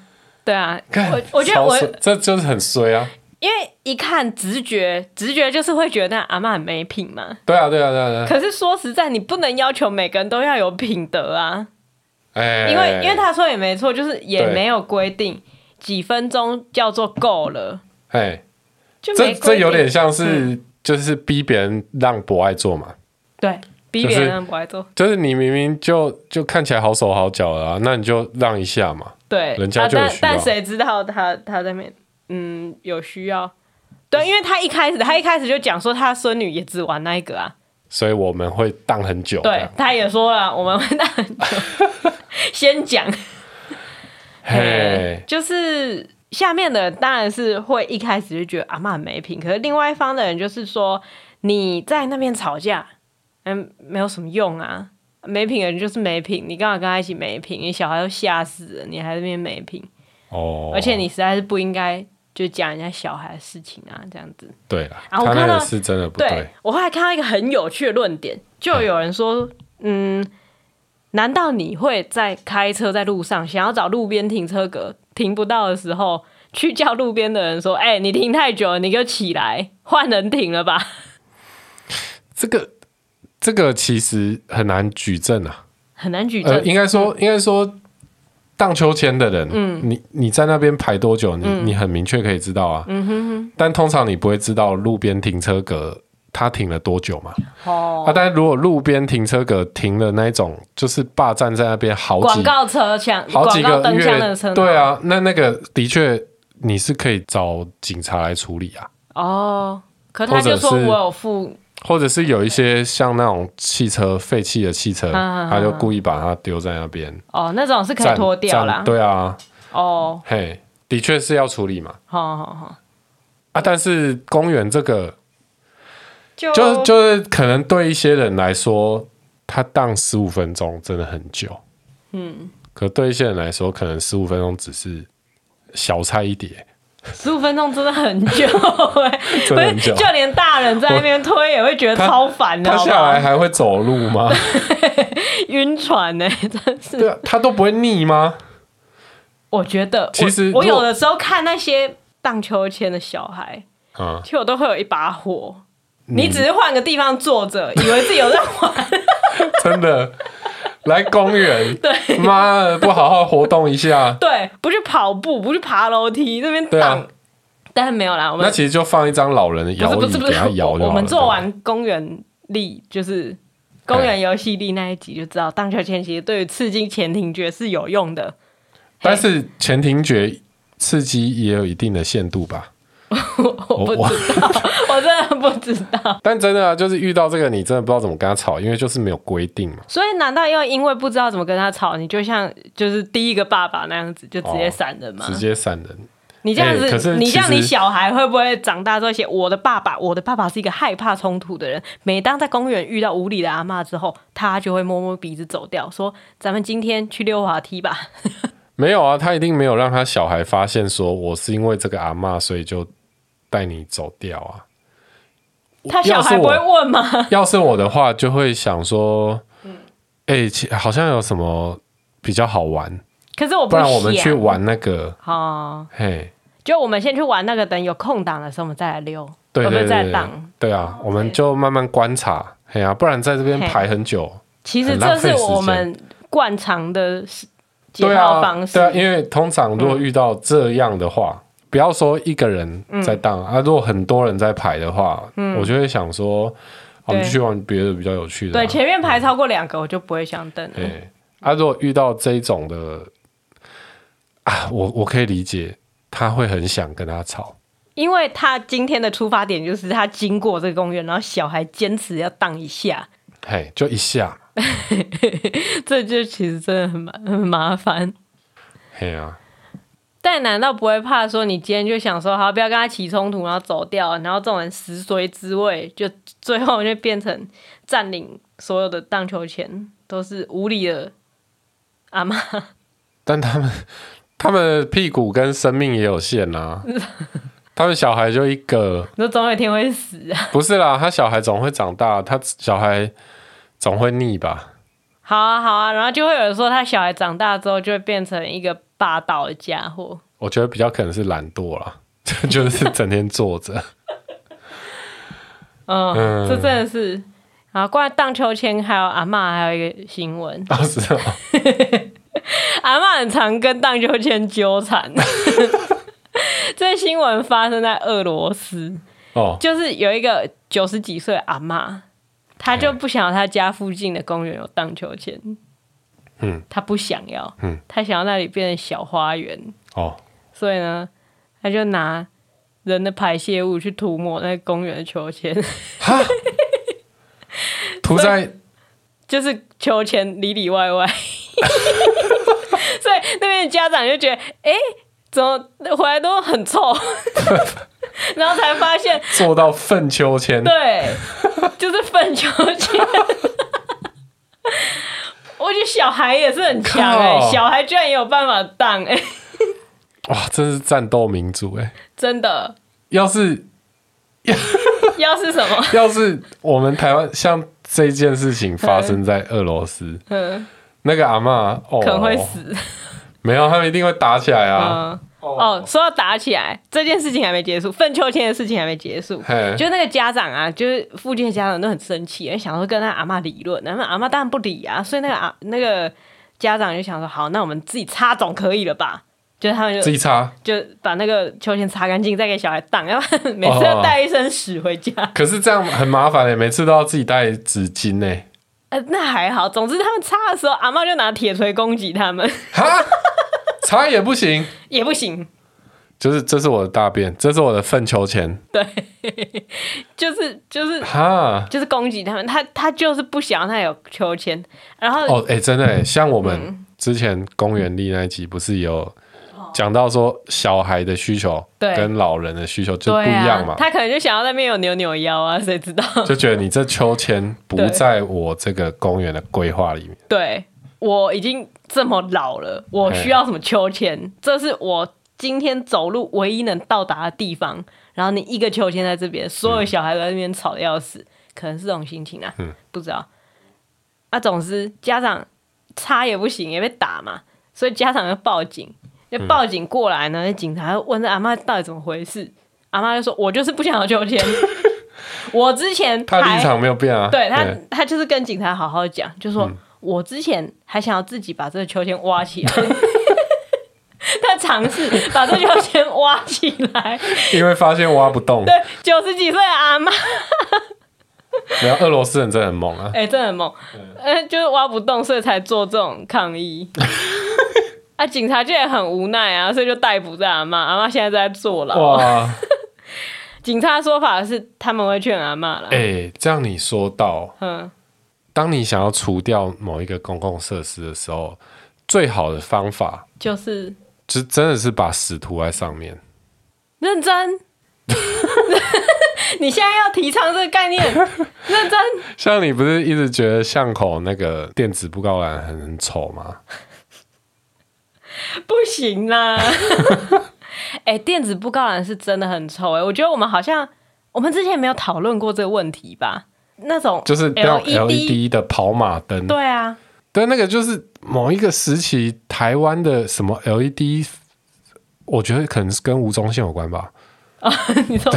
Speaker 2: 对啊，
Speaker 1: 干
Speaker 2: 我我觉得
Speaker 1: 超
Speaker 2: 我
Speaker 1: 衰这就是很衰啊，
Speaker 2: 因为一看直觉，直觉就是会觉得那阿嬷很没品嘛。
Speaker 1: 对啊，对啊，对啊，对啊，
Speaker 2: 可是说实在，你不能要求每个人都要有品德啊，
Speaker 1: 哎、
Speaker 2: 因为因为他说也没错，就是也
Speaker 1: 对
Speaker 2: 没有规定几分钟叫做够了，
Speaker 1: 哎、
Speaker 2: 就
Speaker 1: 这
Speaker 2: 没
Speaker 1: 这
Speaker 2: 规定嗯
Speaker 1: 有点像是、就是逼别人让博爱做嘛，
Speaker 2: 对，逼
Speaker 1: 就是
Speaker 2: 别人不爱做。
Speaker 1: 就是你明明就就看起来好手好脚了、啊，那你就让一下嘛，
Speaker 2: 对，
Speaker 1: 人家
Speaker 2: 啊、
Speaker 1: 就有
Speaker 2: 但
Speaker 1: 需要
Speaker 2: 但谁知道他他在面嗯有需要？对，因为他一开始他一开始就讲说他孙女也只玩那一个啊，
Speaker 1: 所以我们会当很久。这
Speaker 2: 对
Speaker 1: 样，
Speaker 2: 他也说了我们会打很 久，先讲，嗯
Speaker 1: 嘿，
Speaker 2: 就是下面的人当然是会一开始就觉得阿嬷很没品，可是另外一方的人就是说你在那边吵架，嗯，没有什么用啊。没品的人就是没品，你干嘛跟他一起没品？你小孩都吓死了，你还在那边没品。
Speaker 1: 哦，
Speaker 2: 而且你实在是不应该就讲人家小孩的事情啊，这样子。
Speaker 1: 对了，
Speaker 2: 啊我
Speaker 1: 他那
Speaker 2: 看
Speaker 1: 个
Speaker 2: 到
Speaker 1: 是真的不
Speaker 2: 对
Speaker 1: 对，
Speaker 2: 我后来看到一个很有趣的论点，就有人说，嗯，难道你会在开车在路上想要找路边停车格停不到的时候，去叫路边的人说，哎、你停太久了，你给我起来，换人停了吧？
Speaker 1: 这个这个其实很难举证啊。
Speaker 2: 很难举证。嗯
Speaker 1: 呃，应该说，应该说，荡秋千的人，嗯，你你在那边排
Speaker 2: 嗯
Speaker 1: 多久，你、你很明确可以知道啊。嗯哼哼。但通常你不会知道路边停车格他停了多久嘛。
Speaker 2: 哦，
Speaker 1: 啊，但是如果路边停车格停了那一种，就是霸占在那边好
Speaker 2: 广
Speaker 1: 几
Speaker 2: 告车抢，
Speaker 1: 好
Speaker 2: 广
Speaker 1: 几
Speaker 2: 告
Speaker 1: 个
Speaker 2: 灯箱的
Speaker 1: 月，
Speaker 2: 车，
Speaker 1: 对，啊，那那个的确你是可以找警察来处理啊，
Speaker 2: 哦，可他
Speaker 1: 或者
Speaker 2: 就说
Speaker 1: 是
Speaker 2: 我有付，
Speaker 1: 或者是有一些像那种汽车废弃的汽车，
Speaker 2: 嗯嗯嗯
Speaker 1: 他就故意把它丢在那边，
Speaker 2: 哦，那种是可以
Speaker 1: 占
Speaker 2: 脱掉啦
Speaker 1: 占，对啊，
Speaker 2: 哦，
Speaker 1: 嘿，的确是要处理嘛。
Speaker 2: 好好好，嗯
Speaker 1: 啊，但是公园这个，
Speaker 2: 就
Speaker 1: 就就是可能对一些人来说，他荡十五分钟真的很久，嗯，可对一些人来说，可能十五分钟只是小菜一碟，
Speaker 2: 十五分钟真的很 久、欸，
Speaker 1: 真的很久
Speaker 2: 不是就连大人在那边推也会觉得超烦的，
Speaker 1: 他
Speaker 2: 好不
Speaker 1: 下来
Speaker 2: 好？
Speaker 1: 还会走路吗？
Speaker 2: 晕船呢、欸， 真是。
Speaker 1: 对啊，他都不会腻吗？
Speaker 2: 我觉得我，
Speaker 1: 其实
Speaker 2: 我
Speaker 1: 如
Speaker 2: 有
Speaker 1: 果
Speaker 2: 的时候看那些荡秋千的小孩，
Speaker 1: 嗯，
Speaker 2: 其实我都会有一把火。你只是换个地方坐着，以为自己有在 玩，
Speaker 1: 真的，来公园，
Speaker 2: 对
Speaker 1: 妈的，不好好活动一下，
Speaker 2: 对，不去跑步，不去爬楼梯，那边
Speaker 1: 对啊
Speaker 2: 荡。但是没有啦，我
Speaker 1: 那
Speaker 2: 们
Speaker 1: 其实就放一张老人的摇
Speaker 2: 不是
Speaker 1: 椅
Speaker 2: 不是不
Speaker 1: 给
Speaker 2: 是
Speaker 1: 他摇就好了啊
Speaker 2: 我 们做，
Speaker 1: 对吧
Speaker 2: 完公园力就是公园游戏力那一集就知道，荡秋千其实对于刺激前庭觉是有用的。
Speaker 1: 但是前庭觉刺激也有一定的限度吧。
Speaker 2: 我不知道， 我真的不知道。
Speaker 1: 但真的啊，就是遇到这个，你真的不知道怎么跟他吵，因为就是没有规定嘛。
Speaker 2: 所以难道要因为不知道怎么跟他吵，你就像就是第一个爸爸那样子就直接闪人吗？
Speaker 1: 直接闪人，
Speaker 2: 你这样
Speaker 1: 哦哎可
Speaker 2: 子，
Speaker 1: 是
Speaker 2: 你这样
Speaker 1: 其实
Speaker 2: 你小孩会不会长大之后写我的爸爸？我的爸爸是一个害怕冲突的人。每当在公园遇到无理的阿嬷之后，他就会摸摸鼻子走掉，说：“咱们今天去溜滑梯吧。
Speaker 1: 没有啊，他一定没有让他小孩发现说我是因为这个阿嬷，所以就带你走掉 啊。”
Speaker 2: 他小孩不会问吗？
Speaker 1: 要是我的话，就会想说，
Speaker 2: 嗯
Speaker 1: 哎、其好像有什么比较好玩，
Speaker 2: 可是我不
Speaker 1: 不然我们
Speaker 2: 想
Speaker 1: 去玩那个，
Speaker 2: 哦，
Speaker 1: 嘿，
Speaker 2: 就我们先去玩那个，等有空档的时候我们再来溜，
Speaker 1: 对
Speaker 2: 我
Speaker 1: 对
Speaker 2: 们再
Speaker 1: 对对
Speaker 2: 荡。，
Speaker 1: 对啊，我们就慢慢观察，嘿啊，不然在这边
Speaker 2: 嘿
Speaker 1: 排很久，
Speaker 2: 其实
Speaker 1: 很浪
Speaker 2: 这
Speaker 1: 费
Speaker 2: 是
Speaker 1: 时
Speaker 2: 我
Speaker 1: 间
Speaker 2: 们惯常的解
Speaker 1: 对
Speaker 2: 套
Speaker 1: 啊，
Speaker 2: 方式。嗯
Speaker 1: 对啊，因为通常如果遇到这样的话，不要说一个人在当、啊，如果很多人在排的话，我就会想说，啊我们
Speaker 2: 嗯对
Speaker 1: 就去玩别的比较有趣的、啊。
Speaker 2: 对前面排超过两个，我就不会想等了。
Speaker 1: 对啊，如果遇到这种的啊，我我可以理解，他会很想跟他吵。
Speaker 2: 因为他今天的出发点就是他经过这个公园，然后小孩坚持要荡一下，
Speaker 1: 嘿，就一下，
Speaker 2: 这就其实真的很麻很麻烦。
Speaker 1: 嘿啊，
Speaker 2: 但难道不会怕说你今天就想说好不要跟他起冲突，然后走掉，然后这种人食髓知味，就最后就变成占领所有的荡秋千，都是无理的阿妈。
Speaker 1: 但他们 他们的屁股跟生命也有限 啊，他们小孩就一个，
Speaker 2: 你说总有一天会死啊！
Speaker 1: 不是啦，他小孩总会长大，他小孩总会腻吧？
Speaker 2: 好啊好啊，然后就会有人说他小孩长大之后就会变成一个霸道的家伙。
Speaker 1: 我觉得比较可能是懒惰啦， 就是整天坐 着。
Speaker 2: 嗯，这真的是。啊，关于荡秋千，还有阿嬷，还有一个新闻，
Speaker 1: 当时
Speaker 2: 阿嬷很常跟荡秋千纠缠。 这新闻发生在俄罗斯，
Speaker 1: 哦，
Speaker 2: 就是有一个九十几岁的阿嬷，她就不想要她家附近的公园有荡秋千，
Speaker 1: 嗯，
Speaker 2: 她不想要，
Speaker 1: 嗯，
Speaker 2: 她想要那里变成小花园，
Speaker 1: 哦，
Speaker 2: 所以呢，她就拿人的排泄物去涂抹那个公园的秋千，
Speaker 1: 涂在
Speaker 2: 就是秋千里里外 外，所以那边的家长就觉得，哎、怎么回来都很臭， 然后才发现，
Speaker 1: 做到粪秋千，
Speaker 2: 对，就是粪秋千。 我觉得小孩也是很强哎、
Speaker 1: 靠
Speaker 2: 小孩居然也有办法荡哎、
Speaker 1: 哇，真是战斗民族哎、
Speaker 2: 真的。
Speaker 1: 要是
Speaker 2: 要是什么？
Speaker 1: 要是我们台湾像这件事情发生在俄罗斯，
Speaker 2: 嗯，
Speaker 1: 那个阿嬷哦，
Speaker 2: 可能会死。
Speaker 1: 没有，他们一定会打起来啊！
Speaker 2: 嗯，哦，说到打起来这件事情还没结束，粪秋千的事情还没结束。
Speaker 1: 嘿，
Speaker 2: 就那个家长啊，就是附近的家长都很生气，因为想说跟他阿妈理论，然后阿妈当然啊不理啊，所以那个阿那个家长就想说，好，那我们自己擦总可以了吧？就是他们就
Speaker 1: 自己擦。
Speaker 2: 就把那个秋千擦干净，再给小孩 荡，要不然每次
Speaker 1: 哦
Speaker 2: 要带一身屎回家。
Speaker 1: 可是这样很麻烦欸嘞，每次都要自己带纸巾欸呢。
Speaker 2: 呃，那还好。总之他们擦的时候，阿嬷就拿铁锤攻击他们，
Speaker 1: 哈，擦也不行。
Speaker 2: 也不行。
Speaker 1: 就是这是我的大便，这是我的粪球钱。
Speaker 2: 对， 就是就是
Speaker 1: 哈，
Speaker 2: 就是攻击他们，他他就是不想他有秋千，然后、
Speaker 1: 哦，哎、真的
Speaker 2: 嗯
Speaker 1: 欸，像我们之前公园力那一集不是有讲到说小孩的需求
Speaker 2: 哦对
Speaker 1: 跟老人的需求就不
Speaker 2: 对
Speaker 1: 一样
Speaker 2: 啊
Speaker 1: 嘛，，
Speaker 2: 他可能就想要那边有扭扭腰啊，谁知道？
Speaker 1: 就觉得你这秋千不
Speaker 2: 对
Speaker 1: 在我这个公园的规划里面。
Speaker 2: 对我已经这么老了，我需要什么秋千？这是我今天走路唯一能到达的地方。然后你一个秋千在这边，所有小孩都在那边吵得要死，可能是这种心情啊，不知道。啊，总之家长擦也不行，也被打嘛，所以家长要报警。那报警过来呢，那警察问这阿妈到底怎么回事，阿妈就说：“我就是不想要秋千，我之前
Speaker 1: 他
Speaker 2: 还
Speaker 1: 立场没有变啊，
Speaker 2: 对他，他就是跟警察好好讲，就
Speaker 1: 嗯
Speaker 2: 说、我之前还想要自己把这个秋千挖起来， 他尝试把这秋千挖起来。
Speaker 1: 因为发现挖不动。
Speaker 2: 对，九十几岁的阿妈，
Speaker 1: 然后俄罗斯人真的很猛啊，
Speaker 2: 哎、真的很猛，呃，就是挖不动，所以才做这种抗 议。啊，警察就也很无奈啊，所以就逮捕这阿妈。阿妈现在在坐牢。
Speaker 1: 哇，
Speaker 2: 警察说法是他们会劝阿妈啦。
Speaker 1: 哎、这样你说到，
Speaker 2: 嗯，
Speaker 1: 当你想要除掉某一个公共设施的时候，最好的方法
Speaker 2: 就是
Speaker 1: 就真的是把屎涂在上面。
Speaker 2: 认真。 你现在要提倡这个概念，认真。
Speaker 1: 像你不是一直觉得巷口那个电子布告栏很很丑吗？
Speaker 2: 不行啦！ 哎、电子布告栏是真的很臭哎、我觉得我们好像我们之前没有讨论过这个问题吧？那种
Speaker 1: 就是那种
Speaker 2: LED，
Speaker 1: LED 的跑马灯，
Speaker 2: E 对啊，
Speaker 1: 但那个就是某一个时期台湾的什么 LED，我觉得可能是跟吴宗宪有关吧。
Speaker 2: 你说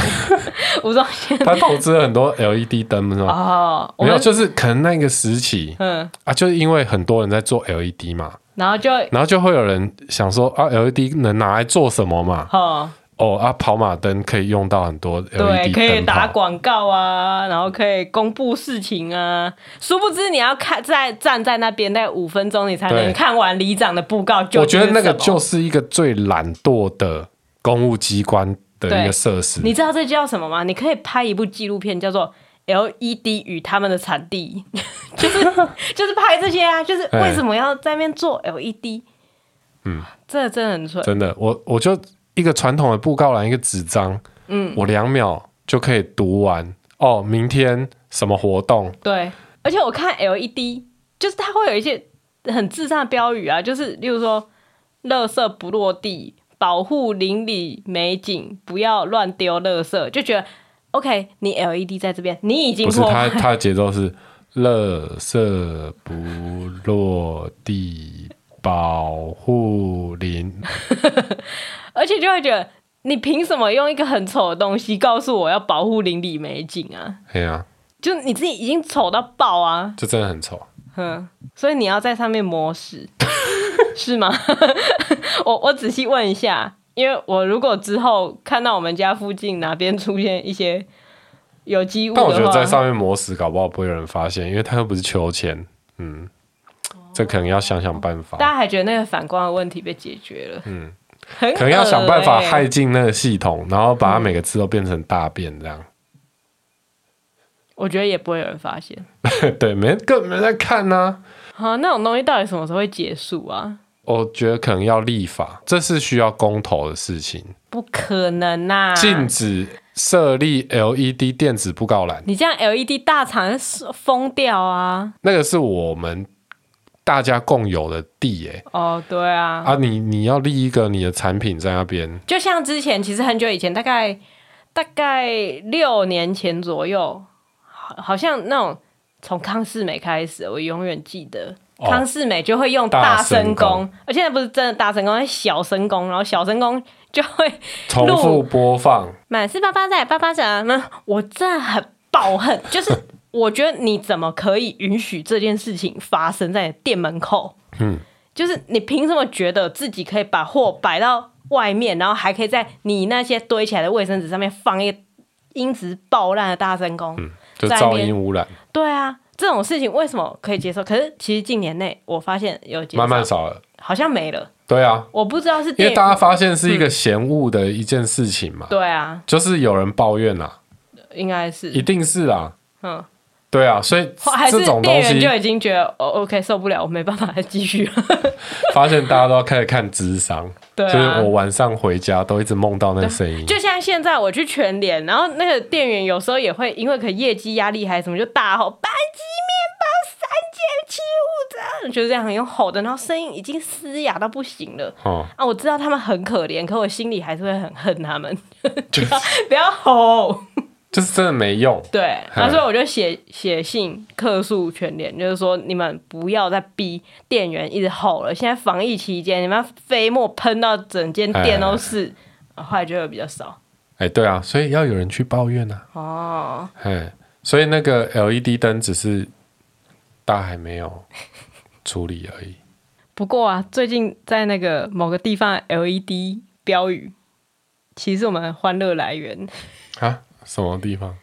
Speaker 2: 吴宗宪
Speaker 1: 他投资了很多 LED 灯，是吗？
Speaker 2: 哦，我
Speaker 1: 没有，
Speaker 2: 们
Speaker 1: 就是可能那个时期
Speaker 2: 嗯，
Speaker 1: 啊，就是因为很多人在做 LED 嘛，
Speaker 2: 然后就
Speaker 1: 然后就会有人想说啊，LED 能拿来做什么嘛？
Speaker 2: 哦，
Speaker 1: 哦啊，跑马灯可以用到很多 LED 灯
Speaker 2: 对，可以打
Speaker 1: 泡
Speaker 2: 广告啊，然后可以公布事情啊。殊不知你要看在站在那边大概五分钟，你才
Speaker 1: 对
Speaker 2: 能看完里长的布告就。
Speaker 1: 我觉得那个就是一个最懒惰的公务机关的一个设施。
Speaker 2: 你知道这叫什么吗？你可以拍一部纪录片，叫做《LED 与他们的产地》， 就是就是拍这些啊，就是为什么要在那边做 LED？嗯，这真的很蠢。
Speaker 1: 真的，我我就一个传统的布告栏，一个纸张，嗯，我两秒就可以读完。哦，明天什么活动？
Speaker 2: 对，而且我看 LED，就是它会有一些很智障的标语啊，就是例如说“垃圾不落地”。保护邻里美景，不要乱丢垃圾，就觉得 OK。你 LED 在这边，你已经
Speaker 1: 不是
Speaker 2: 破
Speaker 1: 他
Speaker 2: 坏
Speaker 1: 他的节奏是“乐色不落地，保护林
Speaker 2: 而且就会觉得，你凭什么用一个很丑的东西告诉我要保护邻里美景啊？”。
Speaker 1: 哎呀，
Speaker 2: 就你自己已经丑到爆啊，
Speaker 1: 这真的很丑。
Speaker 2: 哼，所以你要在上面磨屎， 是吗？我我仔细问一下，因为我如果之后看到我们家附近哪边出现一些有机物的
Speaker 1: 但
Speaker 2: 话，
Speaker 1: 我觉得在上面磨死，搞不好不会有人发现，因为他又不是秋千。嗯，这可能要想想办法。
Speaker 2: 大家还觉得那个反光的问题被解决了，嗯，很
Speaker 1: 可能要想办法
Speaker 2: 恶欸
Speaker 1: 害进那个系统，然后把它每个字都变成大便这样。
Speaker 2: 我觉得也不会有人发现。
Speaker 1: 对，没根本没在看呢、
Speaker 2: 啊，那种东西到底什么时候会结束啊？
Speaker 1: 我觉得可能要立法，这是需要公投的事情，
Speaker 2: 不可能啊呐、
Speaker 1: 禁止设立 LED 电子布告栏。
Speaker 2: 你这样 LED 大厂是疯掉啊！
Speaker 1: 那个是我们大家共有的地耶、
Speaker 2: 哦，对啊，
Speaker 1: 啊你，你要立一个你的产品在那边，
Speaker 2: 就像之前，其实很久以前，大概大概六年前左右，好好像那种从康世美开始，我永远记得。
Speaker 1: 哦
Speaker 2: 康世美就会用
Speaker 1: 大
Speaker 2: 大声
Speaker 1: 声
Speaker 2: 功，而且那不是真的大声功，是小声功，然后小声功就会
Speaker 1: 重复播放，
Speaker 2: 满是八八在八八掌，那我真的很暴恨，就是 我觉得你怎么可以允许这件事情发生在你店门口？嗯，就是你凭什么觉得自己可以把货摆到外面，然后还可以在你那些堆起来的卫生纸上面放一个音质爆烂的大声公？
Speaker 1: 就
Speaker 2: 在那
Speaker 1: 噪
Speaker 2: 边
Speaker 1: 音污染
Speaker 2: 对啊，这种事情为什么可以接受？可是其实近年内我发现有减少
Speaker 1: 慢慢少了。
Speaker 2: 好像没了，
Speaker 1: 对啊，
Speaker 2: 我不知道是
Speaker 1: 因
Speaker 2: 电
Speaker 1: 为
Speaker 2: 影
Speaker 1: 大家发现是一个嫌恶的一件事情嘛，
Speaker 2: 对啊，
Speaker 1: 就是有人抱怨啦、
Speaker 2: 应该是
Speaker 1: 一定是啦、
Speaker 2: 嗯，
Speaker 1: 对啊，所以
Speaker 2: 还是
Speaker 1: 这种
Speaker 2: 店
Speaker 1: 东西
Speaker 2: 员就已经觉得哦，OK，受不了，我没办法再继续了。
Speaker 1: 发现大家都要开始看智商，
Speaker 2: 对啊
Speaker 1: 就是我晚上回家都一直梦到那个声音，
Speaker 2: 就像现在我去全联，然后那个店员有时候也会因为可能业绩压力还是什么，就大吼“班级面包三件七五折”，就是这样用吼的，然后声音已经嘶哑到不行了。
Speaker 1: 哦，
Speaker 2: 啊，我知道他们很可怜，可我心里还是会很恨他们， 不要不要吼。
Speaker 1: 就是真的没用。
Speaker 2: 对，
Speaker 1: 嘿
Speaker 2: 那所以我就写写信客诉全联，就是说你们不要再逼店员一直吼了。现在防疫期间，你们要飞沫喷到整间店都是，啊后来就会比较少。
Speaker 1: 哎，对啊，所以要有人去抱怨啊。
Speaker 2: 哦，
Speaker 1: 哎，所以那个 LED 灯只是大家还没有处理而 已。
Speaker 2: 不过啊，最近在那个某个地方的 LED 标语，其实是我们欢乐来源，
Speaker 1: 啊，什么地方？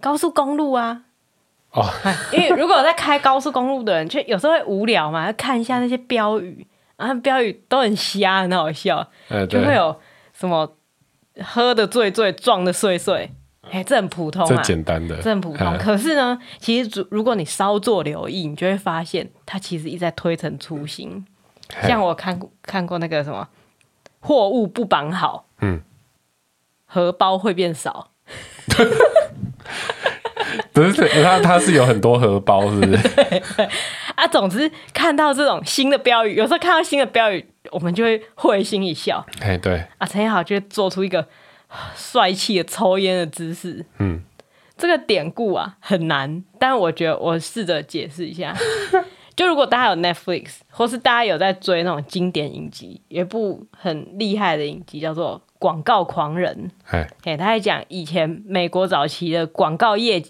Speaker 2: 高速公路啊。
Speaker 1: 哦，
Speaker 2: 因为如果有在开高速公路的人，就有时候会无聊嘛，要看一下那些标语，啊，标语都很瞎，很好笑。
Speaker 1: 哎，
Speaker 2: 就
Speaker 1: 对，
Speaker 2: 会有啊什么喝的醉醉，撞的碎碎，哎、这很普通
Speaker 1: 最
Speaker 2: 啊，
Speaker 1: 简单的，
Speaker 2: 这很普通。
Speaker 1: 哎
Speaker 2: 可是呢，其实如如果你稍作留意，你就会发现它其实一直在推陈出新。
Speaker 1: 嘿
Speaker 2: 像我看过看过那个什么货物不绑好，
Speaker 1: 嗯，
Speaker 2: 荷包会变少，
Speaker 1: 不是它它是有很多荷包，是不是？
Speaker 2: 啊，总之看到这种新的标语，有时候看到新的标语，我们就会会心一笑
Speaker 1: 哎，对，
Speaker 2: 啊。陈彦豪就会做出一个 帅气的抽烟的姿势，
Speaker 1: 嗯，
Speaker 2: 这个典故啊很难，但我觉得我试着解释一下。就如果大家有 Netflix，或是大家有在追那种经典影集，有一部很厉害的影集叫做《广告狂人
Speaker 1: 哎，》，
Speaker 2: 哎，他在讲以前美国早期的广告业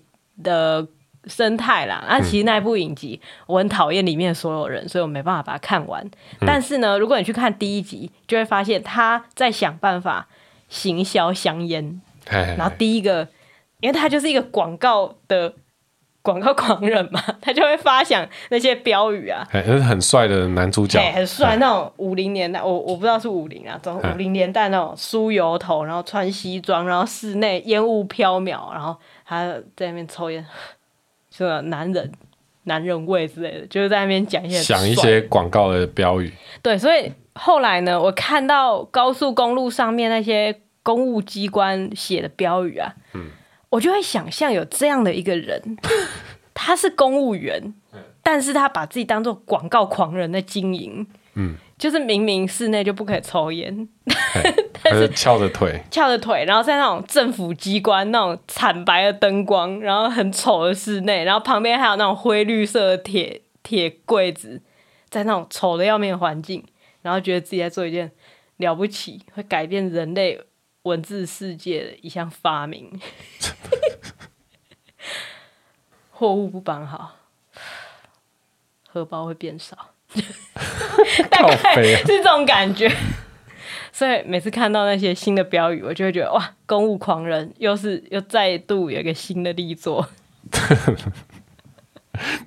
Speaker 2: 的生态啦。那、其实那一部影集，我很讨厌里面所有人，所以我没办法把它看完。但是呢，如果你去看第一集，就会发现他在想办法行销香烟。
Speaker 1: 哎，
Speaker 2: 然后第一个，因为他就是一个广告的广告狂人嘛，他就会发想那些标语啊，
Speaker 1: 哎，那是很帅的男主角
Speaker 2: 哎、，很帅
Speaker 1: 哎，
Speaker 2: 那种五零年代，我我不知道是五零啊，总
Speaker 1: 哎
Speaker 2: 五零年代那种梳油头，然后穿西装，然后室内烟雾飘渺，然后他在那边抽烟， 是吧男人男人味之类的，就是在那边讲一些很
Speaker 1: 想一
Speaker 2: 帅
Speaker 1: 些广告的标语，
Speaker 2: 对，所以后来呢，我看到高速公路上面那些公务机关写的标语啊，我就会想象有这样的一个人，他是公务员，但是他把自己当做广告狂人在经营，
Speaker 1: 嗯，
Speaker 2: 就是明明室内就不可以抽烟，
Speaker 1: 他就翘着腿，
Speaker 2: 翘着腿，然后在那种政府机关那种惨白的灯光，然后很丑的室内，然后旁边还有那种灰绿色的铁铁柜子，在那种丑的要命的环境，然后觉得自己在做一件了不起，会改变人类文字世界的一项发明。 货物不绑好，荷包会变少， 大
Speaker 1: 靠
Speaker 2: 概
Speaker 1: 北啊
Speaker 2: 是这种感觉。所以每次看到那些新的标语，我就会觉得哇，公务狂人又是又再度有一个新的力作，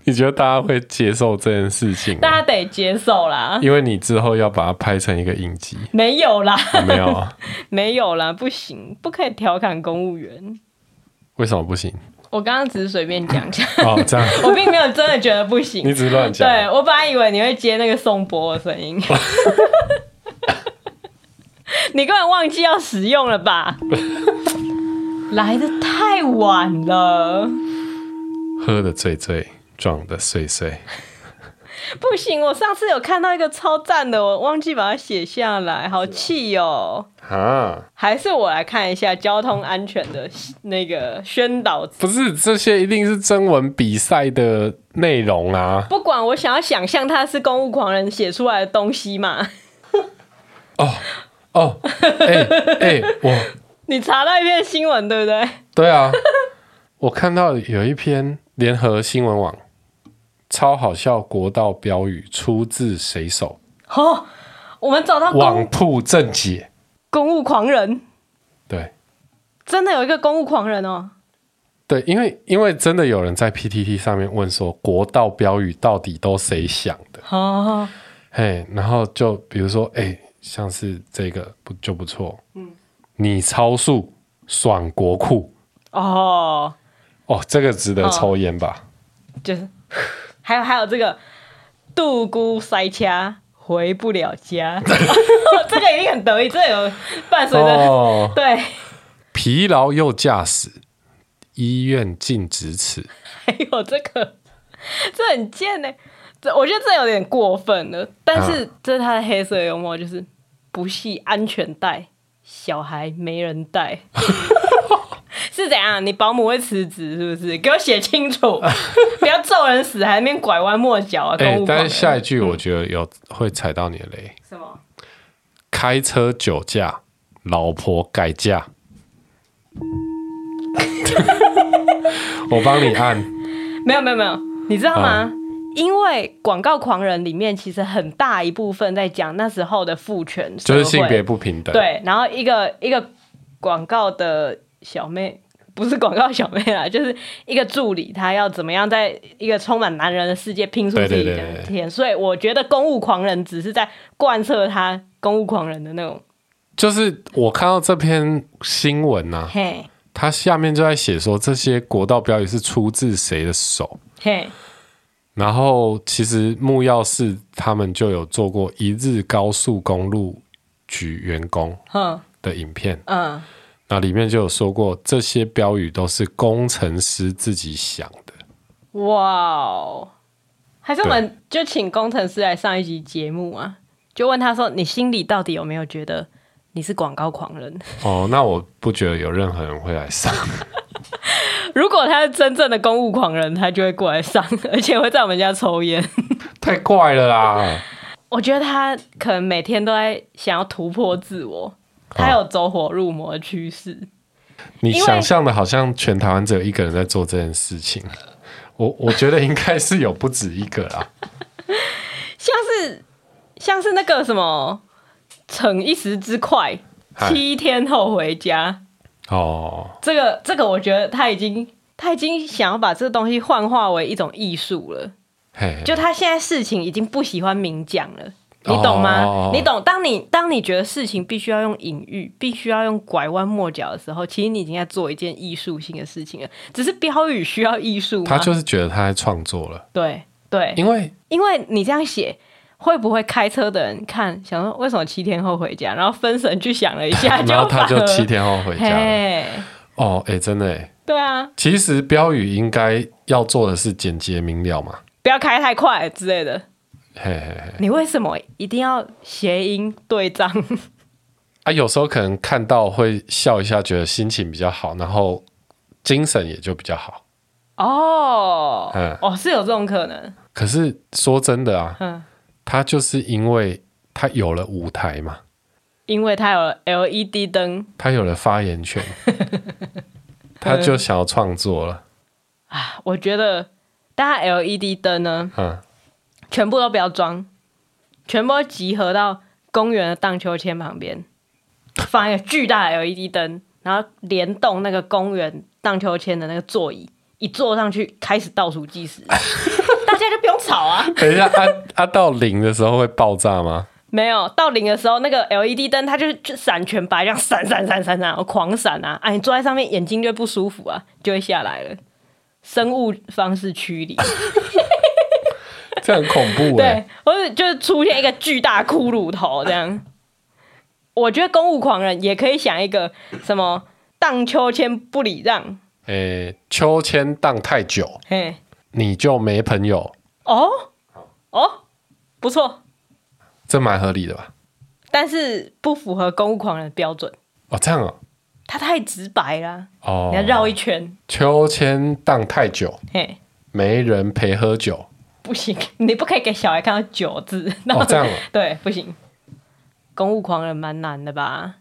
Speaker 1: 你觉得大家会接受这件事情
Speaker 2: 大
Speaker 1: 吗？
Speaker 2: 家得接受啦。
Speaker 1: 因为你之后要把它拍成一个影集，
Speaker 2: 没有啦，
Speaker 1: 没有 啊？
Speaker 2: 没有啦，不行，不可以调侃公务员。
Speaker 1: 为什么不行？
Speaker 2: 我刚刚只是随便讲讲，
Speaker 1: 哦，这样
Speaker 2: 我并没有真的觉得不
Speaker 1: 你
Speaker 2: 行。
Speaker 1: 只是乱讲。啊
Speaker 2: 对我本来以为你会接那个宋波的声 音，你根本忘记要使用了 吧？来的太晚了，
Speaker 1: 喝的醉醉，撞的碎碎。
Speaker 2: 不行！我上次有看到一个超赞的，我忘记把它写下来，好气哦！
Speaker 1: 啊，
Speaker 2: 还是我来看一下交通安全的那个宣导
Speaker 1: 不是这些一定是征文比赛的内容啊！
Speaker 2: 不管我想要想象他是公务狂人写出来的东西嘛。
Speaker 1: 哦，哎、哎、我
Speaker 2: 你查到一篇新闻，对不对？
Speaker 1: 对啊，我看到有一篇联合新闻网超好笑国道标语出自谁手？
Speaker 2: 哦，我们找到
Speaker 1: 网
Speaker 2: 公
Speaker 1: 铺正解，
Speaker 2: 公务狂人，
Speaker 1: 对
Speaker 2: 真的有一个公务狂人哦。
Speaker 1: 对，因为因为真的有人在 PTT 上面问说，国道标语到底都谁想的？
Speaker 2: 哦，
Speaker 1: 嘿，然后就比如说，哎、像是这个不就不错，嗯，你超速爽国库，
Speaker 2: 哦，
Speaker 1: 哦，这个值得
Speaker 2: 哦
Speaker 1: 抽烟吧？
Speaker 2: 就是， 还有还有这个杜姑塞掐回不了家， 这个一定很得意，这个有伴随着、
Speaker 1: 哦，
Speaker 2: 对，
Speaker 1: 疲劳又驾驶，医院禁止此，
Speaker 2: 还有这个，这很贱呢、这我觉得这有点过分了，但
Speaker 1: 嗯
Speaker 2: 是这是他的黑色幽默，就是不系安全带，小孩没人带。 是怎样？你保姆会辞职是不是？给我写清楚， 不要咒人死，还在那边拐弯抹角啊！
Speaker 1: 哎、
Speaker 2: 公务
Speaker 1: 但
Speaker 2: 狂
Speaker 1: 是
Speaker 2: 人
Speaker 1: 下一句我觉得有、会踩到你的雷，
Speaker 2: 什么？
Speaker 1: 开车酒驾，老婆改 嫁。我帮你按，
Speaker 2: 没有没有没有，你知道吗？
Speaker 1: 啊
Speaker 2: 因为广告狂人里面其实很大一部分在讲那时候的父权社
Speaker 1: 就
Speaker 2: 会，
Speaker 1: 是性别不平等。，
Speaker 2: 对，然后一个一个广告的小妹。不是广告小妹啦， 就是一个助理，她要怎么样在一个充满男人的世界拼出
Speaker 1: 对
Speaker 2: 自
Speaker 1: 对
Speaker 2: 己
Speaker 1: 对
Speaker 2: 的
Speaker 1: 对对
Speaker 2: 天。所以我觉得公务狂人只是在贯彻他公务狂人的那种
Speaker 1: 就是我看到这篇新闻啊呐、
Speaker 2: 嘿
Speaker 1: 它下面就在写说这些国道标语是出自谁的手。
Speaker 2: 嘿
Speaker 1: 然后其实木曜市他们就有做过一日高速公路局员工
Speaker 2: 哼
Speaker 1: 的影片，
Speaker 2: 嗯
Speaker 1: 那里面就有说过这些标语都是工程师自己想的。
Speaker 2: 哇哦！还是我们就请工程师来上一集节目啊，就问他说：“你心里到底有没有觉得你是广告狂人？”
Speaker 1: 哦，那我不觉得有任何人会来上。
Speaker 2: 如果他是真正的公务狂人，他就会过来上，而且会在我们家抽烟。
Speaker 1: 太怪了啦！
Speaker 2: 我觉得他可能每天都在想要突破自我，他有走火入魔的趋势。
Speaker 1: 你
Speaker 2: 因为
Speaker 1: 想象的好像全台湾只有一个人在做这件事情，我我觉得应该是有不止一个啦。
Speaker 2: 像是像是那个什么逞一时之快，
Speaker 1: 嗨
Speaker 2: 七天后回家。
Speaker 1: 哦，
Speaker 2: 这个这个，我觉得他已经他已经想要把这个东西幻化为一种艺术
Speaker 1: 嗯
Speaker 2: 了。
Speaker 1: 嘿，
Speaker 2: 就他现在事情已经不喜欢明讲了，你懂吗？
Speaker 1: 哦
Speaker 2: 你懂？当你当你觉得事情必须要用隐喻，必须要用拐弯抹角的时候，其实你已经在做一件艺术性的事情了。只是标语需要艺术吗？哎
Speaker 1: 他就是觉得他在创作了，
Speaker 2: 对对，
Speaker 1: 因为
Speaker 2: 因为你这样写。会不会开车的人看想说为什么七天后回家，然后分神去想了一下，
Speaker 1: 然后他
Speaker 2: 反
Speaker 1: 就
Speaker 2: 而
Speaker 1: 七天后回家了。
Speaker 2: 嘿，
Speaker 1: 哦，哎、真的哎，
Speaker 2: 对啊，
Speaker 1: 其实标语应该要做的是简洁明了嘛。
Speaker 2: 不要开太快之类的。
Speaker 1: 嘿嘿嘿，
Speaker 2: 你为什么一定要谐音对仗？
Speaker 1: 啊，有时候可能看到会笑一下，觉得心情比较好，然后精神也就比较好。
Speaker 2: 哦
Speaker 1: 嗯，
Speaker 2: 哦，是有这种可能。
Speaker 1: 可是说真的啊，
Speaker 2: 嗯，
Speaker 1: 他就是因为他有了舞台嘛，
Speaker 2: 因为它有 LED 灯，
Speaker 1: 他有了发言 权，他就想要创作了。
Speaker 2: 我觉得大家 LED 灯呢，
Speaker 1: 嗯，
Speaker 2: 全部都不要装，全部都集合到公园的荡秋千旁边，放一个巨大的 LED 灯，然后联动那个公园荡秋千的那个座椅，一坐上去开始倒数 计时，大家就不用吵啊。
Speaker 1: 等一下，啊啊，到零的时候会爆炸吗？
Speaker 2: 没有到零的时候，那个 LED 灯它就是就闪全白，这样闪闪闪闪闪，狂闪啊！啊，你坐在上面眼睛就会不舒服啊，就会下来了。生物方式驱离，
Speaker 1: 这很恐怖哎、
Speaker 2: 对，或者就是出现一个巨大骷髅头这样。我觉得公务狂人也可以想一个什么荡秋千不礼让，
Speaker 1: 诶、秋千荡太久，
Speaker 2: 嘿，
Speaker 1: 你就没朋友，
Speaker 2: 哦哦，不错，
Speaker 1: 这蛮合理的吧？
Speaker 2: 但是不符合公务狂人的标准，
Speaker 1: 哦，这样哦，
Speaker 2: 他太直白啦，
Speaker 1: 哦，
Speaker 2: 你要绕一圈，
Speaker 1: 秋千荡太久，
Speaker 2: 嘿。
Speaker 1: 没人陪喝酒，
Speaker 2: 不行， 你不可以给小孩看到“酒”字。那
Speaker 1: 这样哦
Speaker 2: 对，不行。公务狂人蛮难的吧？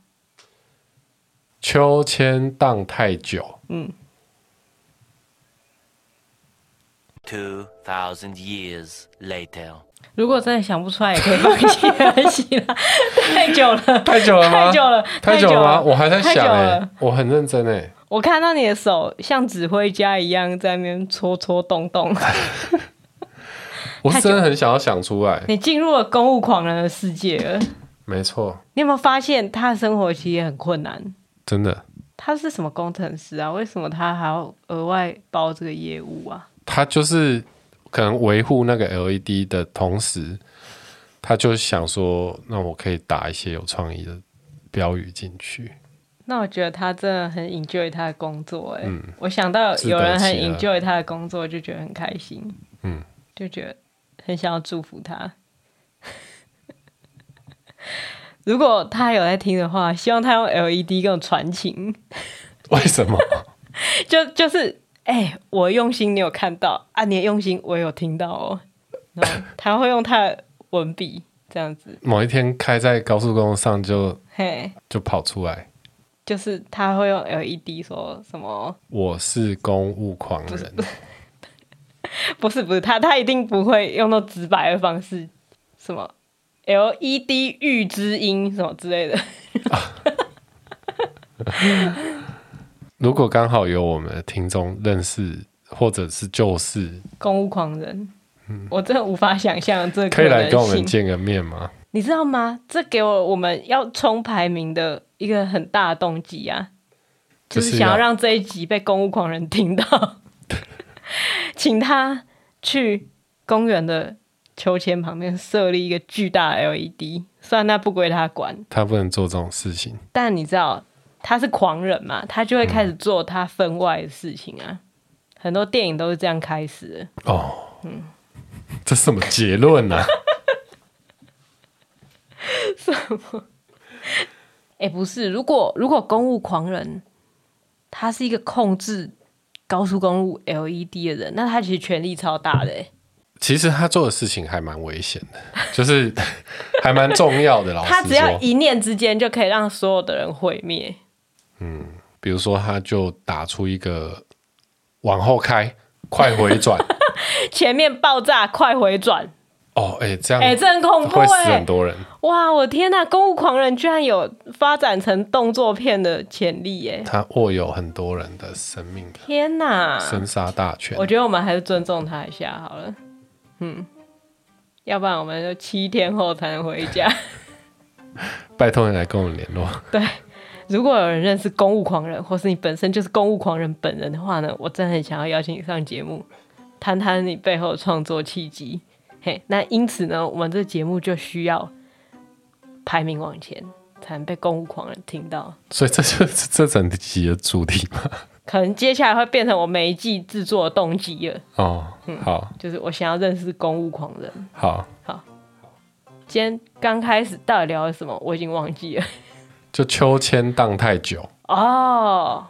Speaker 1: 秋千荡太久，
Speaker 3: Two thousand years later.
Speaker 2: 如果真的想不出来，也可以放弃没关系 啦。太久了，
Speaker 1: 太久了吗？
Speaker 2: 太久了，
Speaker 1: 啊太久
Speaker 2: 久
Speaker 1: 了啊吗？我还在
Speaker 2: 太久
Speaker 1: 想哎、
Speaker 2: 了
Speaker 1: 我很认真哎、
Speaker 2: 我看到你的手像指挥家一样在那边戳戳动 动，
Speaker 1: 我是真的很想要想出来。
Speaker 2: 你进入了公务狂人的世界了。
Speaker 1: 没错，
Speaker 2: 你有没有发现他的生活其实也很困难？
Speaker 1: 真的，
Speaker 2: 他是什么工程师啊？为什么他还要额外包这个业务啊？
Speaker 1: 他就是可能维护那个 LED 的同时，他就想说，那我可以打一些有创意的标语进去。
Speaker 2: 那我觉得他真的很 enjoy 他的工作、欸，哎、我想到
Speaker 1: 嗯自得
Speaker 2: 有人很
Speaker 1: 其乐
Speaker 2: enjoy 他的工作，就觉得很开心，
Speaker 1: 嗯，
Speaker 2: 就觉得很想要祝福他。 如果他有在听的话，希望他用 LED 跟我传情，
Speaker 1: 为什么？
Speaker 2: 就就是，哎、我用心你有看到啊，你的用心我有听到哦。然 后他会用他的文笔这样子，
Speaker 1: 某一天开在高速公路上就
Speaker 2: 嘿，
Speaker 1: 就跑出来，
Speaker 2: 就是他会用 LED 说什么？
Speaker 1: 我是公务狂人。
Speaker 2: 不是不是，他他一定不会用到直白的方式，什么 LED 预知音什么之类的。
Speaker 1: 如果刚好有我们的听众认识或者是就是，
Speaker 2: 公务狂人，我真的无法想象这个
Speaker 1: 嗯可以来
Speaker 2: 人
Speaker 1: 跟我们
Speaker 2: 性
Speaker 1: 见个面吗？
Speaker 2: 你知道吗？这给我我们要冲排名的一个很大的动机啊，就
Speaker 1: 就是是啊
Speaker 2: 想要
Speaker 1: 要
Speaker 2: 让这一集被公务狂人 听到，请他去公园的秋千旁边设立一个巨大的 LED，虽然那不归他管，
Speaker 1: 他不能做这种事情。
Speaker 2: 但你知道他是狂人嘛，他就会开始
Speaker 1: 嗯
Speaker 2: 做他分外的事情啊。很多电影都是这样开始的。
Speaker 1: 哦，
Speaker 2: 嗯
Speaker 1: 这什么结论呢、啊？
Speaker 2: 哎、不是，如果如果公务狂人，他是一个控制高速公路 LED 的人，那他其实权力超大的、欸。
Speaker 1: 其实他做的事情还蛮危险的，就是还蛮重要的。老
Speaker 2: 他
Speaker 1: 实
Speaker 2: 只要
Speaker 1: 说，
Speaker 2: 一念之间就可以让所有的人毁灭。
Speaker 1: 比如说，他就打出一个往后开，快回 转。
Speaker 2: 前面爆炸，快回转！
Speaker 1: 哦，哎、这样
Speaker 2: 哎、这很恐怖
Speaker 1: 会死
Speaker 2: 哎、
Speaker 1: 很多人。
Speaker 2: 哇，我天呐，公务狂人居然有发展成动作片的潜力哎、
Speaker 1: 他握有很多人的生命的
Speaker 2: 天呐！
Speaker 1: 生杀大权
Speaker 2: 我。觉得我们还是尊重他一下好了，嗯，要不然我们就七天后才能回家。
Speaker 1: 拜托你来跟我们联络。
Speaker 2: 如果有人认识公务狂人，或是你本身就是公务狂人本人的话呢，我真的很想要邀请你上节目，谈谈你背后的创作契机。嘿，那因此呢，我们这节目就需要排名往前，才能被公务狂人听到。
Speaker 1: 所以这就是这整集的主题嘛。
Speaker 2: 可能接下来会变成我每一季制作的动机了，
Speaker 1: 哦，好
Speaker 2: 就是我想要认识公务狂人。
Speaker 1: 好，
Speaker 2: 今天刚开始到底聊了什么，我已经忘记了。
Speaker 1: 就秋千荡太久
Speaker 2: 哦，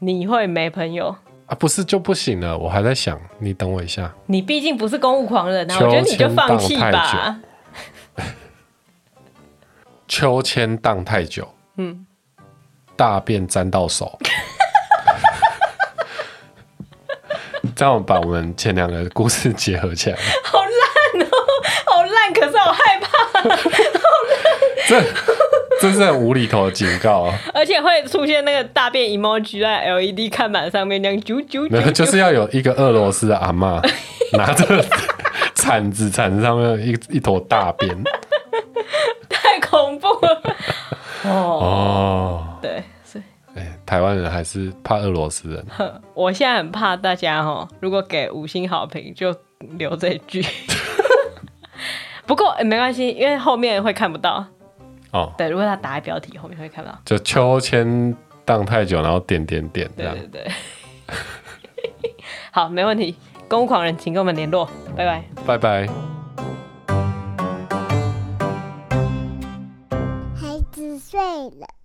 Speaker 2: 你会没朋友？
Speaker 1: 啊，不是就不行了。我还在想，你等我一下。
Speaker 2: 你毕竟不是公务狂人啊，我
Speaker 1: 秋
Speaker 2: 觉得你就
Speaker 1: 千
Speaker 2: 放
Speaker 1: 荡
Speaker 2: 弃
Speaker 1: 太
Speaker 2: 吧。
Speaker 1: 秋千荡太久，嗯，大便沾到手。这样我把我们前两个故事结合起来，
Speaker 2: 好烂哦，好烂！可是好害怕，
Speaker 1: 这这是很无厘头的警告啊！
Speaker 2: 而且会出现那个大便 emoji 在 LED 看板上面那样啾啾
Speaker 1: 没
Speaker 2: 啾
Speaker 1: 有，就是要有一个俄罗斯的阿 嬷拿着铲子，铲子上面有一一坨大便。
Speaker 2: 太恐怖了。 哦，
Speaker 1: 哦，
Speaker 2: 对，所以
Speaker 1: 哎、台湾人还是怕俄罗斯人，
Speaker 2: 我现在很怕大家哦，如果给五星好评就留这一句。 不过、欸没关系，因为后面会看不到。
Speaker 1: 哦
Speaker 2: 对，如果他打在标题后面会看到。
Speaker 1: 就秋千荡太久，然后点点点这
Speaker 2: 对
Speaker 1: 样。
Speaker 2: 对对。 好，没问题。公务狂人，请跟我们联络，拜拜。
Speaker 1: 拜拜。
Speaker 3: 孩子睡了。